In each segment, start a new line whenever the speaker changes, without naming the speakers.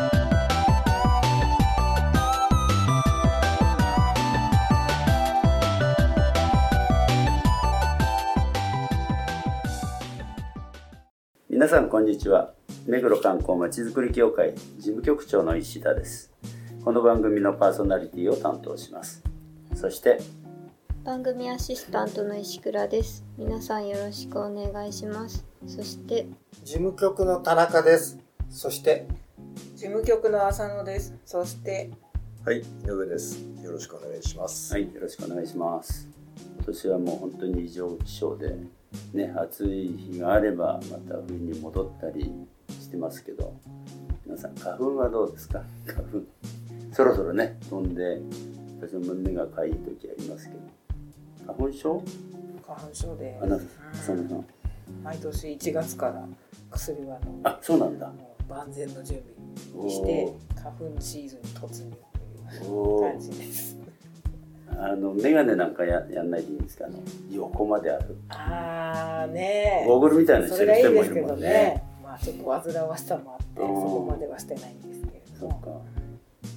ィです
皆さんこんにちは目黒観光まちづくり協会事務局長の石田ですこの番組のパーソナリティを担当しますそして
番組アシスタントの石倉です皆さんよろしくお願いしますそして
事務局の田中です。そして、
事務局の浅野です。そして、
はい、井上です。よろしくお願いします。
はいよろしくお願いします今年はもう本当に異常気象でね暑い日があればまた冬に戻ったりしてますけど皆さん花粉はどうですか花粉そろそろね飛んで私も目がかゆい時ありますけど花粉症
花粉症で
あな浅野さん
毎年1月から薬はの
あそうなんだ
もう万全の準備
お
にして
ー
花粉シーズンに突入と
お
いう
ー
感じです。
あの眼鏡なんかややんないでいいんですかあの横まである
あーね
ゴーグルみたいなの
そ
して
れ
る
がい
人もいる
いですけ
も
ど
ん
ね。
ね。
まあちょっと煩わしさもあってそ
うん
こまではしてないんですけれ
そ
ど
う
も。
か。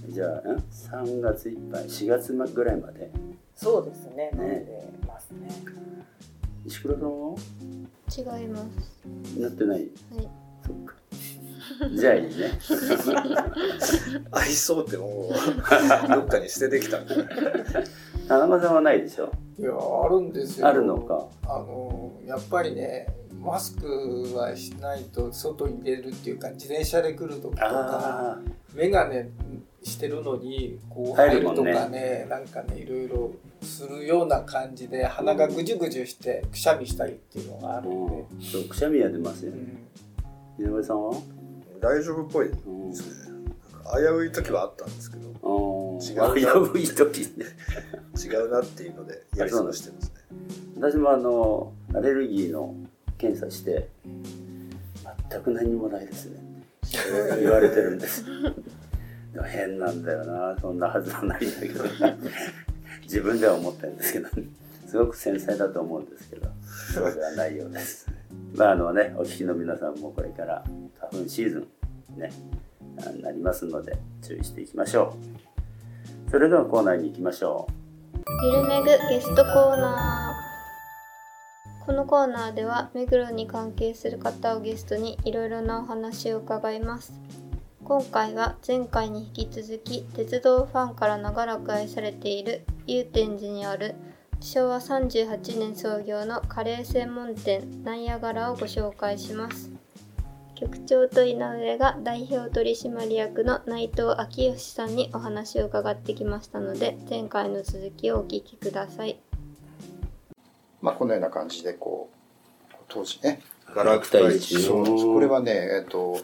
じゃあん3月いっぱい4月ぐらいまで
そうですね。なのでますね。
石黒さんは
違います
なってない
はい
そっか。じゃあいいね。
愛想っても うどっかに捨ててきたんで。
田中さんはないでしょ。
いや、あるんですよ。
あるのか。
あの、やっぱりね、マスクはしないと外に出るっていうか、自転車で来る時とか、
あ
メガネしてるのに、こ
入
う入
る
る
もん
と
ね
かね、なんかね、いろいろするような感じで、鼻がぐじゅぐじゅして、くしゃみしたりっていうのがあ
あ。
るんで。
うんそうくしゃみが出ますよ
う
ね。
ん
井上さんは？
大丈夫っぽいで
うん
すね。なんか危うい時はあったんですけ
あ
ど、違うな
ー危うい時ね。
違うなっていうのでやり過ごしてますね。
私もあのアレルギーの検査して全く何もないですね言われてるんですでも変なんだよなそんなはずはないんだけど 自分では思ってるんですけどすごく繊細だと思うんですけどそうではないようですまああのねお聞きの皆さんもこれから花粉シーズンねあなりますので注意していきましょうそれではコーナーに行きましょう
ゆるめぐゲストコーナーこのコーナーでは目黒に関係する方をゲストにいろいろなお話を伺います今回は前回に引き続き鉄道ファンから長らく愛されている祐天寺にある昭和38年創業のカレー専門店ナイアガラをご紹介します局長と井上が代表取締役の内藤昭義さんにお話を伺ってきましたので前回の続きをお聞きください
まあ、このような感じでこう当時ね
ガラクタ一
そうなんですこれはね、えっと、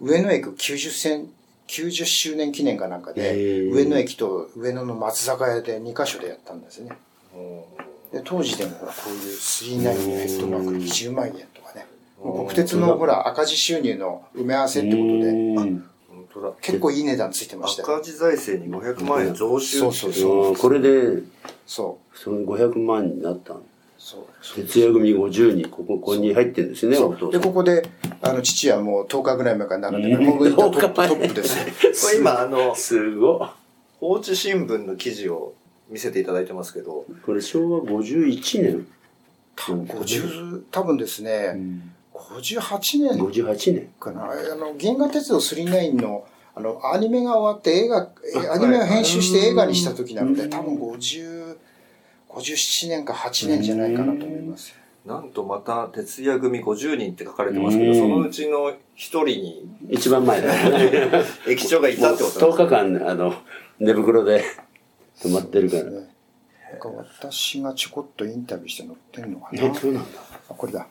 上野駅90戦90周年記念かなんかで上野駅と上野の松坂屋で2箇所でやったんですねで当時でもほらこういう3 9のヘッドバック20万円とかねもう国鉄のほら赤字収入の埋め合わせってことで
うん
本当だ。
結構いい値段ついてましたよ
赤字財政に500万円増収。
そうそうそう
うんこれで
そう
その500万になったの
そう
徹夜組50人ここここに入ってるんですね
そ
お
う
父さ
で
ん
ここであの父はもう10日ぐらい前から並んで
うん
て僕
10
がトップ
日前
トップですよ
これ今あの
すご
放置新聞の記事を見せていただいてますけど、
いこれ昭和51年誕
50多分ですね、58年
58年
かなあの「銀河鉄道999の」あのアニメが終わって映画えアニメを編集して映画にした時なので多分50 57年か8年じゃないかなと思います
なんとまた徹夜組50人って書かれてますけど、
うん
そのうちの一人に
一番前だね
駅長がいたってこと
10日間あの寝袋で泊まってるから
そうですねなんか私がちょこっとインタビューして載ってるのか
え
な
そうなんだ
あこれだ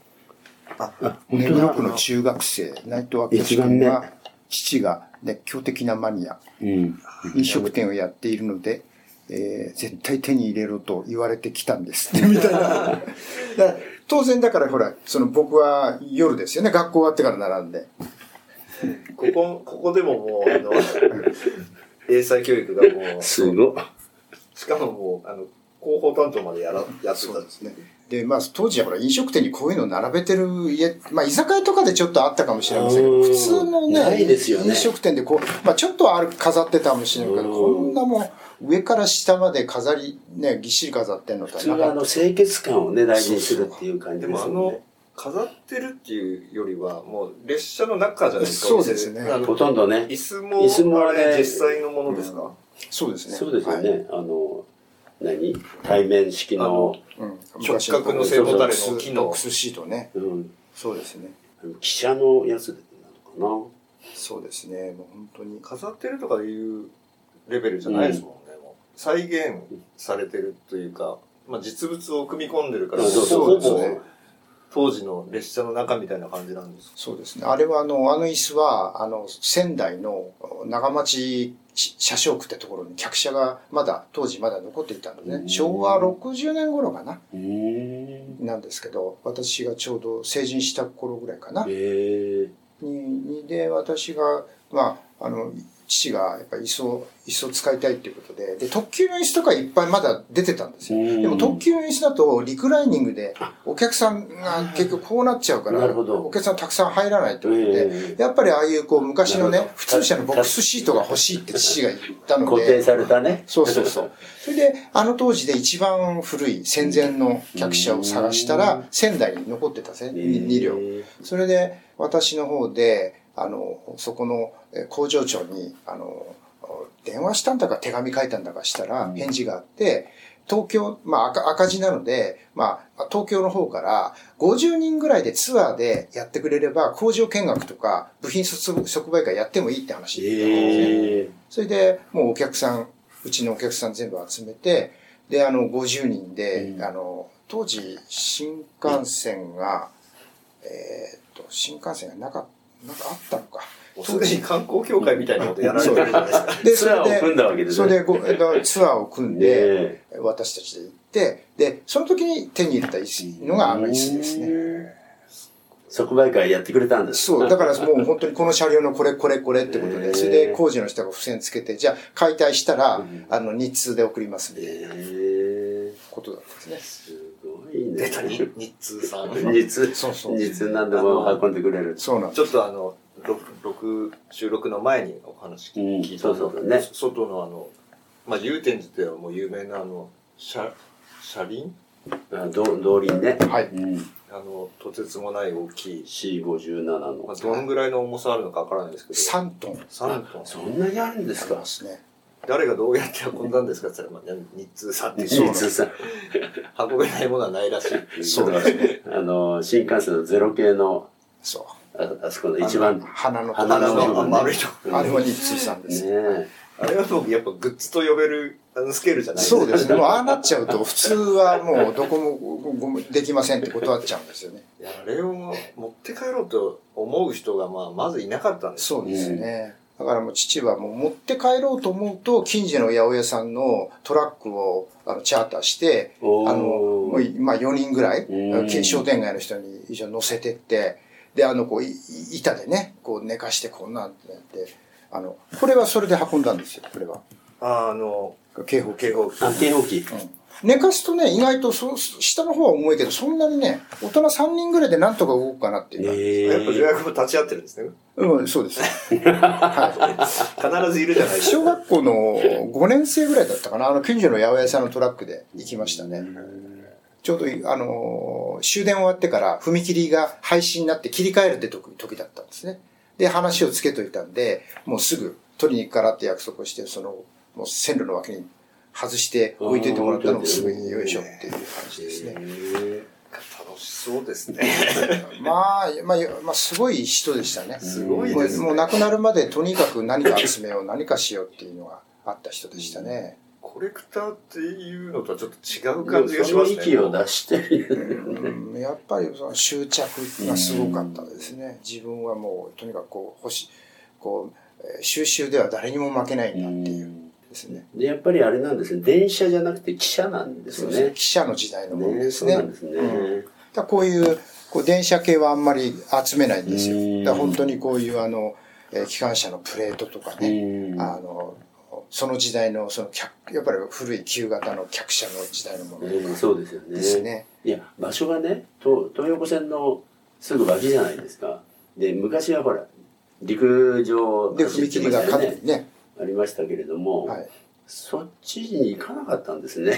あ本
目
当
黒区
だ
の中学生内藤明
一
君
番目
は父が熱狂的なマニア
うん
飲食店をやっているのでえー絶対手に入れろと言われてきたんです って、みたいな。だから当然だからほら、その僕は夜ですよね、学校終わってから並んで。
ここ、ここでももう、あの、 英才教育がもう、
すごっ。
しかももう、あの、広報担当までやら、やってたんですね。
で、まあ当時はほら飲食店にこういうの並べてる家、まあ居酒屋とかでちょっとあったかもしれませんけ
う
ど、
ん
普通のね、
ないですよね
飲食店でこう、まあちょっとはある飾ってたかもしれないけど、
うん
こんなもん上から下まで飾り、ね、ぎっしり飾ってんのと
普
は
通
な
は
か
あ
った
の清潔感をね、大事にするっていう感じ
で
で
もあ
すよ
の
ね。、
飾ってるっていうよりは、もう列車の中じゃないですか。
そうですね
お店あの
ほとんどね
椅、子
椅子も
も、あ
あれ
れ、実際のものですか
そうですね。
そうですよ
はい。
ね。あの、何対面式の、
うん、
直角の
背もたれ
の木の
ボックスシートね。
うん、
そうですね。
記者のやつなのか
そうですね。もう本当に。
飾ってるとかいうレベルじゃないですもんね、もう再現されてるというか、まあ、実物を組み込んでるから
な。
そう
ほぼ
そうですね
当時の列車の中みたいな感じなんです
そうですね。あれはあの、あの椅子は、あの、仙台の長町車掌区ってところに客車がまだ、当時まだ残っていたので
う
ね。
ん
昭和60年頃かな。
うーん。
なんですけど、私がちょうど成人した頃ぐらいかな。
へえ。
ににで私がまああの父がやっぱり椅子を椅子を使いたいっていうことでで特急の椅子とかいっぱいまだ出てたんですよ
うん
でも特急の椅子だとリクライニングでお客さんが結局こうなっちゃうから
なるほど
お客さんたくさん入らないってことで、
え
やっぱりああいうこう昔の
なる
ね
ほど
普通車のボックスシートが欲しいって父が言った
え
の
固定
で
されたね。
そうそうそうそれであの当時で一番古い戦前の客車を探した
うん
ら仙台に残ってたんですね2両。
へえ
それで私の方であのそこのえー工場長にあの電話したんだか手紙書いたんだかしたら返事があって、東京、まあ赤赤字なので、まあ東京の方から50人ぐらいでツアーでやってくれれば工場見学とか部品即即売会やってもいいって話だったんですね。
へえ。
それで、もうお客さん、うちのお客さん全部集めて、で、あの、50人で、
うん
あの、当時、新幹線が、えーっと、新幹線がなかった、なんかあったのか。
もうすでに観光協会みたいなことやられてるじゃないですか
で、そ
ツアーを
れ
組ん
で、
だわけです
それでご、えっとツアーを組ん
ね
で、
え
私たちで行って、で、その時に手に入れた椅子のがあの椅子ですね。
ね。即売会やってくれたんです。
そう、だからもう本当にこの車両のこれこれこれってこと
へー
で、それで工事の人が付箋つけて、じゃあ解体したら
ん、
あの、日通で送りますみたいな
ええ。
ことだったんですね。
すごいね。
出た日日通さん
実、
そうそう
実何でも運んでくれる。
そうなんです。
ちょっとあの録録収録の前にお話
うん
聞いたんだ
そう
け
そ
ど、
うね
外のあの、まあ、祐天寺ってもう有名なあの車車輪
あど動輪ね。
はい
うん。
あのとてつもない大きい、
C57
まあ、
の。
どのぐらいの重さあるのかわからないですけど
3トンあ
3トン
そんなにあるんです
り
か
ま。すね。
誰がどうやって運んだんですかって言ったら、まあ、日通さんって
そう
い
な
うん
実さ、
運べないものはないらしいっていう
そう
だ
ですね。
あの、新幹線のゼロ系の、
そ
ああそこの一番
う。、花の
花
あ
の
のあ丸いとこ
あれは日通さんです。
ね
あれはもうやっぱグッズと呼べるあのスケールじゃない
そうですすね。もうああなっちゃうと、普通はもうどこもごごめんできませんって断っちゃうんですよね。
いやあれを持って帰ろうと思う人が、まあ、まずいなかったんですよ
そうですね。だからもう父はもう持って帰ろうと思うと、近所の八百屋さんのトラックをあのチャーターして、あ
おー
の、もうまあ4人ぐらい、
うん
商店街の人に一緒に乗せてって、で、あの、こう、い板でね、こう寝かしてこんなんってやって、あの、これはそれで運んだんですよ、これは。
あの
警報
警報器
あ、警報器。
寝かすとね、意外とそう下の方は重いけど、そんなにね、大人3人ぐらいでなんとか動くかなっていうか、
え
やっぱ
え
予約も立ち会ってるんですね
うん、そうです。は
必ずいるじゃない
い。
です
小
か
学校の5年生ぐらいだったかな、あの、近所の八百屋さんのトラックで行きましたね。ちょうど、あのー終電終わってから踏切が廃止になって切り替えるって時時だったんですね。で、話をつけといたんで、もうすぐ取りに行くからって約束をして、その、もう線路の脇に外して置いといてもらったのをすぐによいしょっていう感じですね。
楽しそうですね
まあ、まあ、まあ、すごい人でしたね。
すごいですね
もうもう亡くなるまでとにかく何か集めよう、何かしようっていうのがあった人でしたね。
コレクターっていうのとはちょっと違う感じがし
そ
ま
の
すね
息を出してる。
うん、やっぱりその執着がすごかったですね。自分はもうとにかくこう、欲し、こう、えー収集では誰にも負けないんだっていう。ですね。
でやっぱりあれなんですね電車じゃなくて汽車なんですよね
記者の時代のもの
ね
で
そ
す
うな
ね。だ
ん
か
ですね、
うんらこういう、こう電車系はあんまり集めないんです
うん
よ。だから本当にこういうあの、えー機関車のプレートとかね、
うん
あの、その時代の、その客、やっぱり古い旧型の客車の時代のも
え
の
ーそうですよね
ですね。
いや場所がねと東横線のすぐ脇じゃないですかで昔はほら陸上
で、踏切が
走
か
ってま
な
し
り
たよね
ね、
ありましたけれども、
はい。
そっちに行かなかったんですね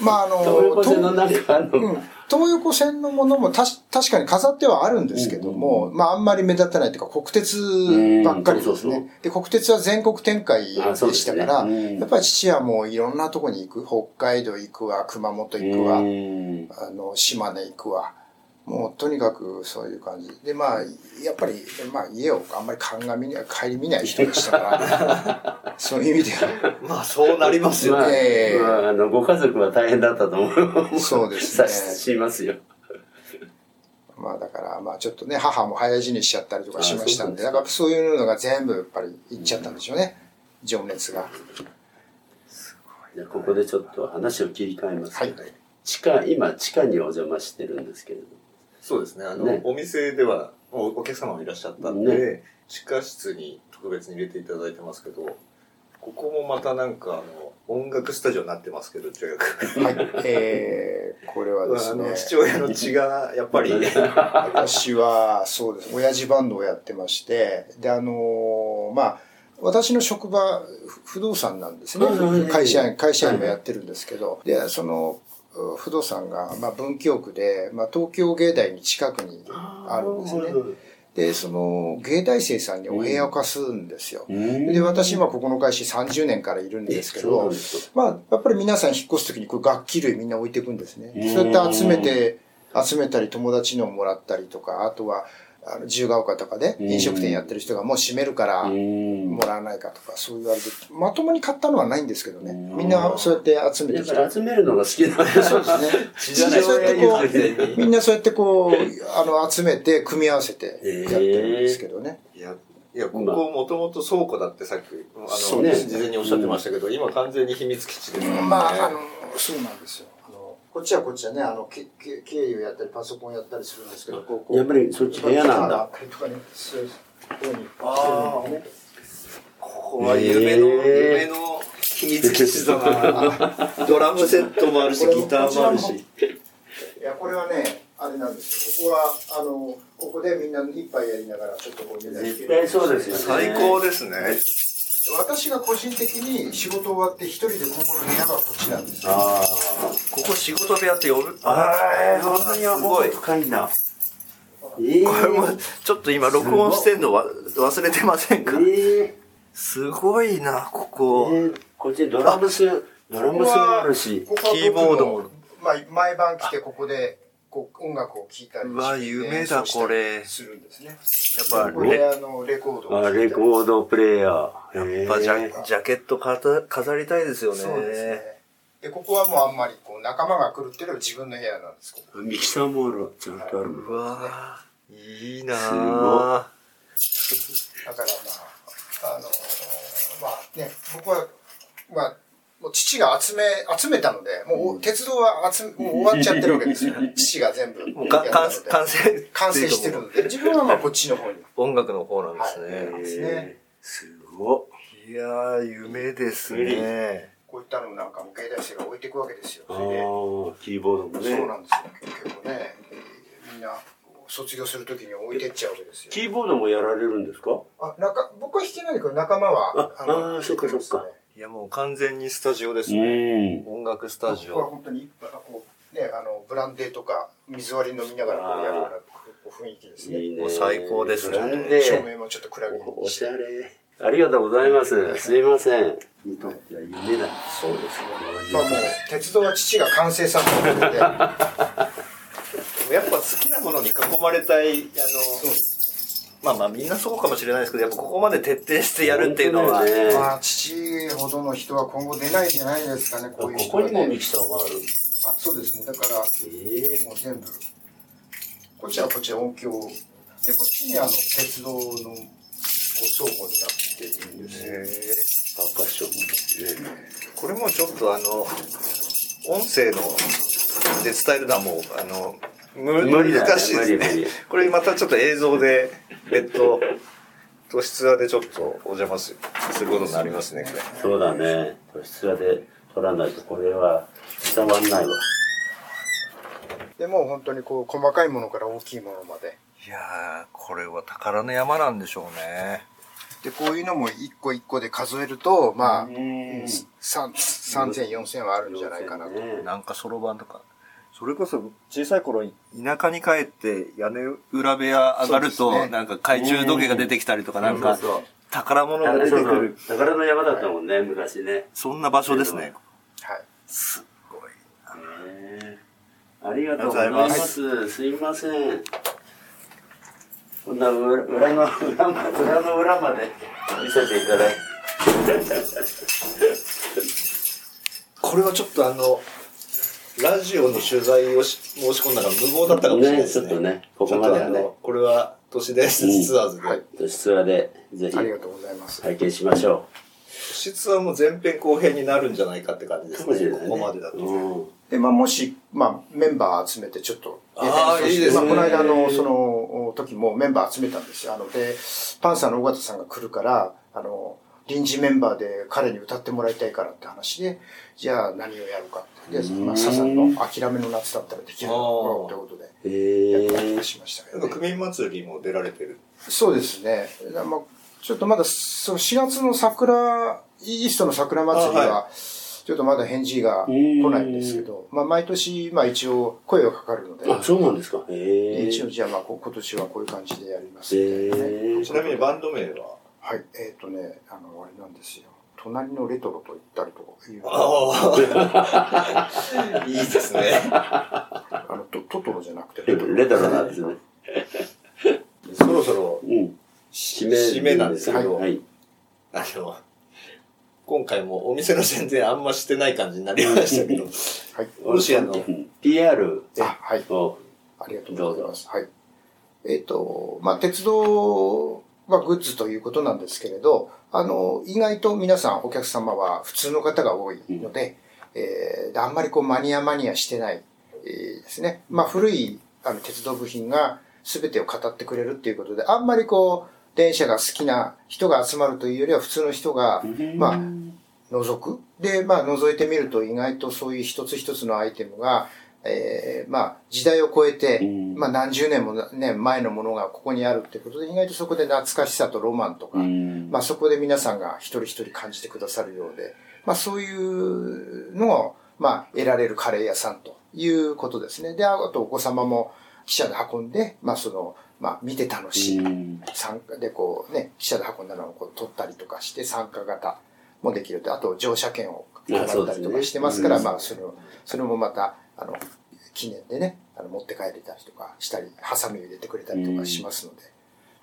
まああの、
東横線の中の、
うん、東横線のものもたし確かに飾ってはあるんですけども、まああんまり目立たないというか国鉄ばっかりです
うんそ
ね、
うそうそう
で国鉄は全国展開で
あそうで
し
す
た
ね
から、
うん
やっぱり父はもういろんなとこに行く北海道行くわ熊本行くわ、
うん
あの島根行くわもうとにかくそういう感じでまあやっぱり、まあ、家をあんまり鑑みない 顧みない人でしたから そういう意味では
まあそうなりますよ
ま
ね。
あ、
ええ
まあ、あのご家族は大変だったと思う
そうですね
察しますよ
まあだから、まあちょっとね、母も早死にしちゃったりとかしましたんで、
ああ
だからそういうのが全部やっぱりいっちゃったんでしょうね、情熱が。
じゃあここでちょっと話を切り替えます、
はい。
地下今地下にお邪魔してるんですけれど
そうですね。あの、
ね
お店ではおお客様もいらっしゃったんで、地下室に特別に入れていただいてますけど、ここもまたなんかあの音楽スタジオになってますけど、中学。
はい。えー、これはで
あ
す
の父
ね、
親の血がやっ ぱり
私はそうです、親父バンドをやってまして、で、あのーまあ、私の職場、ふ不動産なんですね
はいはいはい。
会社員、会社員もやってるんですけど、で、その、う不動産が、まあ、文京区で、まあ、東京芸大に近くにあるんですね。で、その、芸大生さんにお部屋を貸すんですよ。で、私今ここの会社30年からいるんですけ
そうなん
ど
で、す
まあ、やっぱり皆さん引っ越すときにこう楽器類みんな置いていくんですね
うん。
そうやって集めて、集めたり友達のをもらったりとか、あとは、あの、自由が丘とかで
うん
飲食店やってる人がもう閉めるか
よ
ら、
うん
もらわないかとか、そういうあれで、まともに買ったのはないんですけどね。
うん
みんなそうやって集めて
だ
き
か
た
ら。集めるのが好きなんです
そうですね。
じゃない
そうやってこう
親譲りに
みんなそうやってこう、あの、集めて、組み合わせてやってるんですけどね。
いや、いや、ここもともと倉庫だってさっき、あの、
そう
ね
事前におっしゃってましたけど、今完全に秘密基地ですからね。
まあ、あの、そうなんですよ。あのこっちはこっちはね、あの、けけ経由やったり、パソコンやったりするんですけど、こうこう
やっぱりそっち部屋なんだ。
とかね、そういうこういうふうに
ああ、ここは夢の、
へー
夢の秘密基地だな。 ドラムセットもあるし、
これも
ギターもあるし。
いや、これはね、あれなんですよ。ここは、あの、ここでみんな一杯やりながら、ちょっとこう、
絶対そうですよ
最高ですね。
私が個人的に仕事終わって一人でこの部屋はこっちなんですよ。
あ
ここ仕事部屋って呼ぶ。
あああ
ー
そんなに
すごい。
深いなええ
これも、ちょっと今録音してんのわ忘れてませんか
ええ
すごいな、こ
え
こ。
えこっちドラムスドラムスもあるし
ここは僕の
キーボードも。
まあ、毎晩来てここで、こう、音楽を聴いたりして
うわ夢だこれ
するんですね。
やっ
こ
ぱ、
れ
レ
あのレコード
あレコードプレイヤー
やっぱジ
ええ
ャジャケットかた飾りたいですよね。
そうですねでここはもうあんまりこう仲間が来るっていうよりは自分の部屋なんですけど
ミキサーもあるちゃんとある
うわーいいな
す
ー
ご
だからまああのまあね僕はまあもう父が集め集めたのでもう鉄道は集めもう終わっちゃってるわけ ですよ父が全部
もうか
やった
完
ので
完成
完成してるので自分はまあこっちの方に
音楽の方なんです
は
ね。
です
え
ね
えすごっ
い、やー夢ですね。
こういったのなんかも芸大生が置いていくわけですよ
あ
そ
あ
れで
キーボードもね
そうなんですよ結構ねみんな卒業するときに置いてっちゃうわけですよ
キーボードもやられるんですか
あ、なか、僕は弾けないけど、仲間は、
ああーそっかそっか
いやもう完全にスタジオですね。
ん
音楽ス
弾
タ
いてますね
ジ
僕は
オ。
本当に、こう、ね、あの、ブランデーとか、水割り飲みながら、こうやるような、こう雰囲気ですね。
いい
も
ね
う最高ですね
なん
照
で
明もちょっと暗げに
おおしゃれありがとうございますすいませんにとっては夢だ
そうですね。まあもう、鉄道は父が完成させたので、
やっぱ好きなものに囲まれたい、あの、まあまあみんなそうかもしれないですけど、やっぱここまで徹底してやるっていうのは、
本当だよね
まあ、父ほどの人は今後出ないじゃないですかね、こういう
こ
人
こ
は
にもミ
ね。
キサーがある
あ、そうですね。だから、
ええ
もう全部、こっちはこっちは音響、で、こっちにあの、鉄道の、こう、倉庫になってるんですよ。
へー
パーカッションも。
これもちょっとあの、音声ので伝えるのはもう、あの、む
無理だね
難しいで
無
す
理無理
ね。これまたちょっと映像で、別途、と室内でちょっとお邪魔することになりますね、これ。
そうだね。年らで撮らないとこれは伝わんないわ。
でもう本当にこう細かいものから大きいものまで
いやー、これは宝の山なんでしょうね。
でこういうのも一個一個で数えるとまあ、
ね
三三千四千はあるんじゃないかなと、
なんかそろばんとか。それこそ小さい頃田舎に帰って屋根裏部屋上がる
そうで
と、
すね
なんか懐中時計が出てきたりとか、なんか
そうそう
宝物が出てく
宝
る、
宝の山だったもんね、昔ね。
そんな場所ですね。
はい
すごい。
ねありがとうございます。すいません。こんな裏裏の裏まで裏の裏まで見せていただいて。
これはちょっとあの、ラジオの取材をし申し込んだから無謀だったかもしれないです
ね
ね。
ちょっとねここまではね
ちょっとあのこれは都市伝説ツアーズで。
うんはい
年ツアーでぜひ
ありがとうございます、
拝見しましょ
都市ツアーも前編後編になるんじゃないかって感じ
う。
ですね。ここまでだと。
うん
でまあもし、まあ、メンバー集めてちょっと
あー
イベントをして
いいですね
まあ、この間のその時もメンバー集めたんですよあのでパンサーの尾形さんが来るからあの臨時メンバーで彼に歌ってもらいたいからって話でじゃあ何をやるかってで、まあ、サザンの「諦めの夏」だったらできるだろうということで
へ
やったり
え
も。しましたけど、
な
ね
んか区民祭りも出られてる。
そうですね。だまあ、ちょっとまだ、その4月の桜、イーストの桜祭り
あ
は、ちょっとまだ返事が来ないんですけど、まあ、毎年、まあ一応声がかかるので、
あ、そうなんですか。へえ。
一応じゃあまあこ今年はこういう感じでやります
へ
みたいなね。
え。
ちなみにバンド名は
はい。えっ、とね、あの、あれなんですよ。隣のレトロと言ったりとかいう、
ああ。いいですね。
あのト、トトロじゃなくて
レ
レ
ト
ト
ロ
ロ。
レトロなんですね。
そろそろ
うん。
締めなんですけど、
はい。
あの、今回もお店の宣伝あんましてない感じになりましたけど、
はい。
もしあの、
うん、PR
あ、はい。
を、
ありがとうございます。はい。えっ、と、まあ、鉄道はグッズということなんですけれど、あの、意外と皆さん、お客様は普通の方が多いので、えーであんまりこう、マニアマニアしてない、えーですね。まあ、古い、あの、鉄道部品が全てを語ってくれるっていうことで、あんまりこう、電車が好きな人が集まるというよりは、普通の人が、まあ、覗く。で、まあ、覗いてみると、意外とそういう一つ一つのアイテムが、えーまあ、時代を超えて、
うん
まあ、何十年もなね、前のものがここにあるってことで、意外とそこで懐かしさとロマンとか、
うん
まあ、そこで皆さんが一人一人感じてくださるようで、まあ、そういうのを、まあ、得られるカレー屋さんということですね。で、あとお子様も汽車で運んで、まあ、その、まあ、見て楽しい。
うん
参加でこうね、記者で運んだのをこう取ったりとかして参加型もできると、あと乗車券を配っ
あそうで
た
す
り
ね
とかしてますから、
うん
まあそれを、それもまた、あの、記念でね、あの持って帰れたりとかしたり、ハサミを入れてくれたりとかしますので、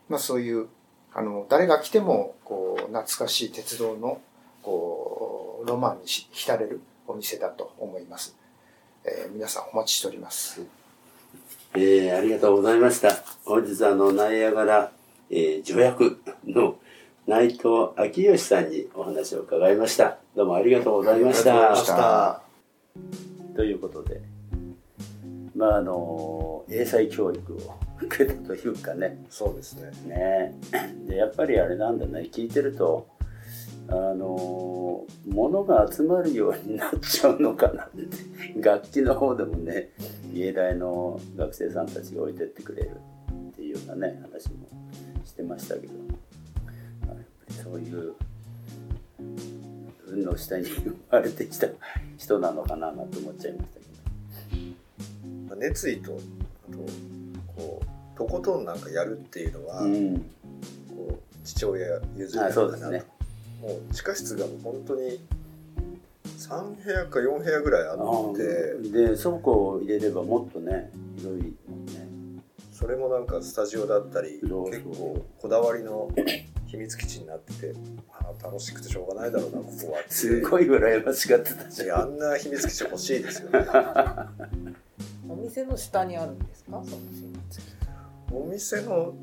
まあそういう、あの、誰が来ても、こう、懐かしい鉄道の、こう、ロマンにし浸れるお店だと思います。えー皆さんお待ちしております。
えーありがとうございました。本日あの、ナイアガラ、えー助役の内藤昭義さんにお話を伺いました。どうもありがとうございました。
ありがとうございました
ということで、まああの、英才教育を受けたというかね、
そうですね。
ねでやっぱりあれなんだね聞いてるとあの物が集まるようになっちゃうのかなって楽器の方でもね芸大の学生さんたちが置いてってくれるっていうようなね話もしてましたけど、まあやっぱりそういう運の下に生まれてきた人なのかななんて思っちゃいましたけど。
熱意と、あと、こう、とことんなんかやるっていうのは、
うん、
こう父親譲り
あ
な
そう
のか
です
な
ね。
もう地下室がもう本当に3部屋か4部屋ぐらいあ
あ
って、
で倉庫を入れればもっとね広いもんね。
それもなんかスタジオだったり、結
そうそう
構こだわりの秘密基地になってて、ああ楽しくてしょうがないだろうな、ここはって。
すごい羨ましがってたじ
い
ゃ
やあ
ん。
んな秘密基地欲しいですよ ね。
お店の下にあるんですかその秘密基地
お店の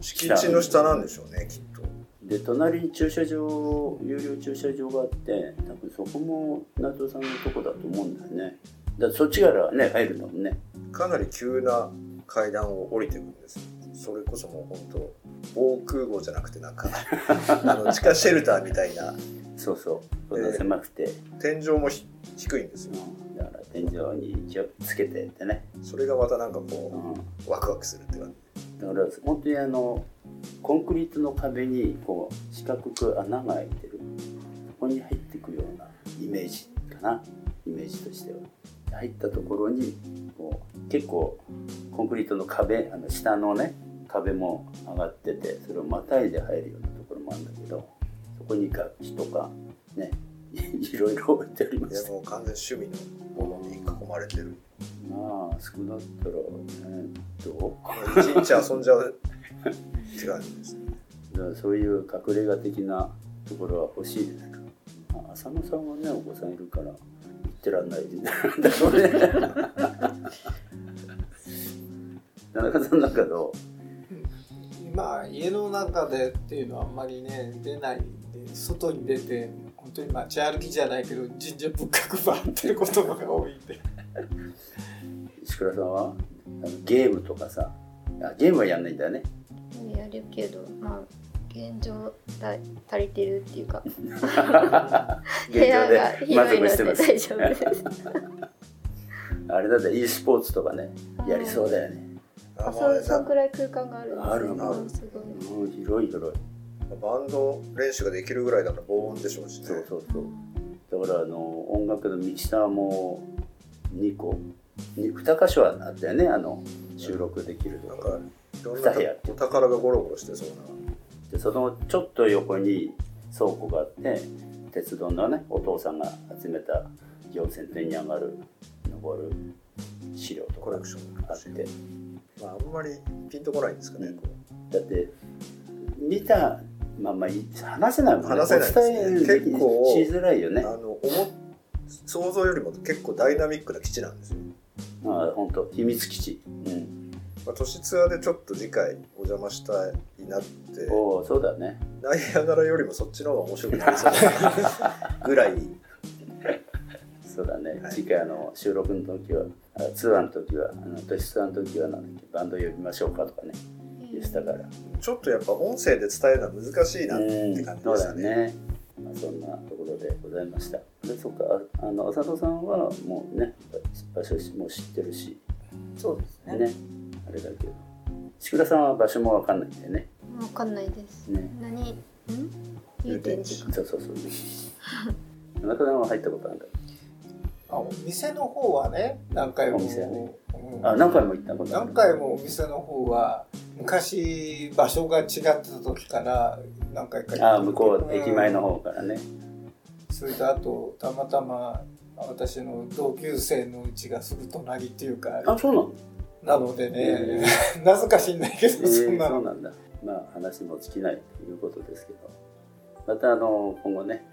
敷地の下なんでしょうね、きっと。
で隣に駐車場有料駐車場があって多分そこも夏尾さんのとこだと思うんだよねだからそっちからね入るんだもんね
かなり急な階段を降りてくんですそれこそもう本当防空壕じゃなく てなんかあの地下シェルターみたいな
そうそうそんな狭くて、
天井もひ低いんですよ
うんだから天井に一応つけてってね、
それがまたなんか
う
こ
ん、
うワクワクするっていうか
だから本当にあのコンクリートの壁にこう四角く穴が開いてるここに入っていくようなイメージかなイメージとしては入ったところにこう結構コンクリートの壁あの下のね壁も上がっててそれをまたいで入るようなところもあるんだけどそこに楽器とかね いろいろ置いてありま
いや
した
もう完全趣味のものに囲まれてる
まあ少なったらえーっと
一日遊んじゃうって感じですね
だからそういう隠れ家的なところは欲しいですか、まあ浅野さんはねお子さんいるから行ってらんないだろうね 田中さんなんかど
まあ家の中でっていうのはあんまりね出ないんで外に出て本当に街歩きじゃないけど神社仏閣回ってることが多いんで
う石倉さんはあのゲームとかさあゲームはやんないんだよね
やるけどまあ現状た足りてるって いうか
現状で満足し
広い
てます
ので大丈夫です
あれだって e スポーツとかねやりそうだよね、
あ
あ
まあ
そう
ね
そんくらい空間があるんです
あるな
うんすごい
うん、広い広い
バンド練習ができるぐらいだから防音でしょうしね
そうそうそうだからあの音楽のミキサーも2個 2, 2箇所はあったよねあの収録できると
なん
こ
かいろんな
二部屋って
たお宝がゴロゴロしてそう
でそのちょっと横に倉庫があって鉄道のねお父さんが集めた稜線に上がる登る資料と
なコ
か
レクション
あって
まあ、あんまりピンとこないんですかね、
うん
こ
だって見たまあまあい話せないもんね
話せないですね
お伝えでき
結構
しづらいよ
う
ね
あの思っ想像よりも結構ダイナミックな基地なんですよ、
まあ本当秘密基地、うん、
まあ、都市ツアーでちょっと次回お邪魔したいなって
おおそうだね
ナイアガラよりもそっちの方が面白くなりそうなぐらい
そうだね、
はい
次回あの収録の時はあツアーの時はあの都市ツアーの時はなんだっけバンド呼びましょうかとかね言ってたから、
ちょっとやっぱ音声で伝えるのは難しいなって感じ
そう
で
だ
した
よ
ね。
ね、まあ、そんなところでございましたでそっかああの浅戸さんはもうね場所も知ってるし
そうですね。
ねあれだけど石倉さんは場所もわかんないんだよね
わかんないです
ね
何ん有点寺
そうそうそう田中さんは入ったことあるんだ
あお店の方はね何回も、
お店はね
うん
あ何回も行ったことある
何回もお店の方は昔場所が違った時から何回か
あ向こう
うん
駅前の方からね、
それとあとたまたま私の同級生のうちがすぐ隣っていうか
あそうなの
なので ね、なぜか知んないけ
え
ど、
ー
そんな
そう
の。
なんだまあ話も尽きないということですけどまたあの今後ね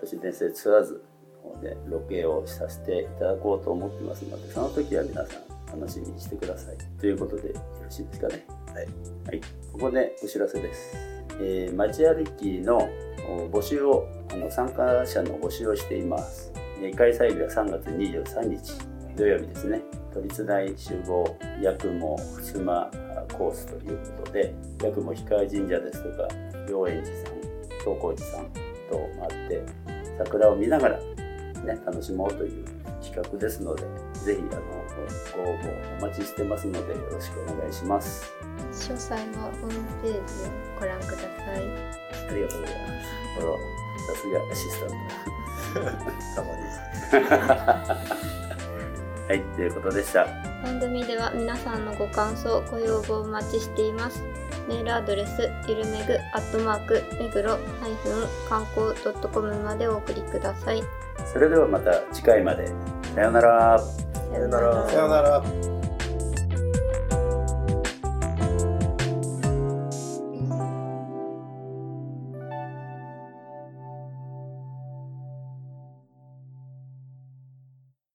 都市伝説ツアーズの方でロケをさせていただこうと思ってますのでその時は皆さん楽しみにしてくださいということでよろしいですかね
はい、
はい、ここでお知らせです、えー、街歩きのお募集をあの参加者の募集をしていますえー開催日は3月23日土曜日ですね都立大集合八雲襖コースということで八雲氷川神社ですとか良円寺さん東光寺さんと回って桜を見ながら、ね、楽しもうという企画ですのでぜひあのご応募お待ちしてますのでよろしくお願いします
詳細はホームページをご覧ください
ありがとうございますほらさすがアシスタント
たまに
はいということでした
番組では皆さんのご感想ご要望をお待ちしていますメールアドレスゆるめぐアットマークめぐろ観光 .com までお送りください
それではまた次回までさようなら
さ
ようなら
さよなら。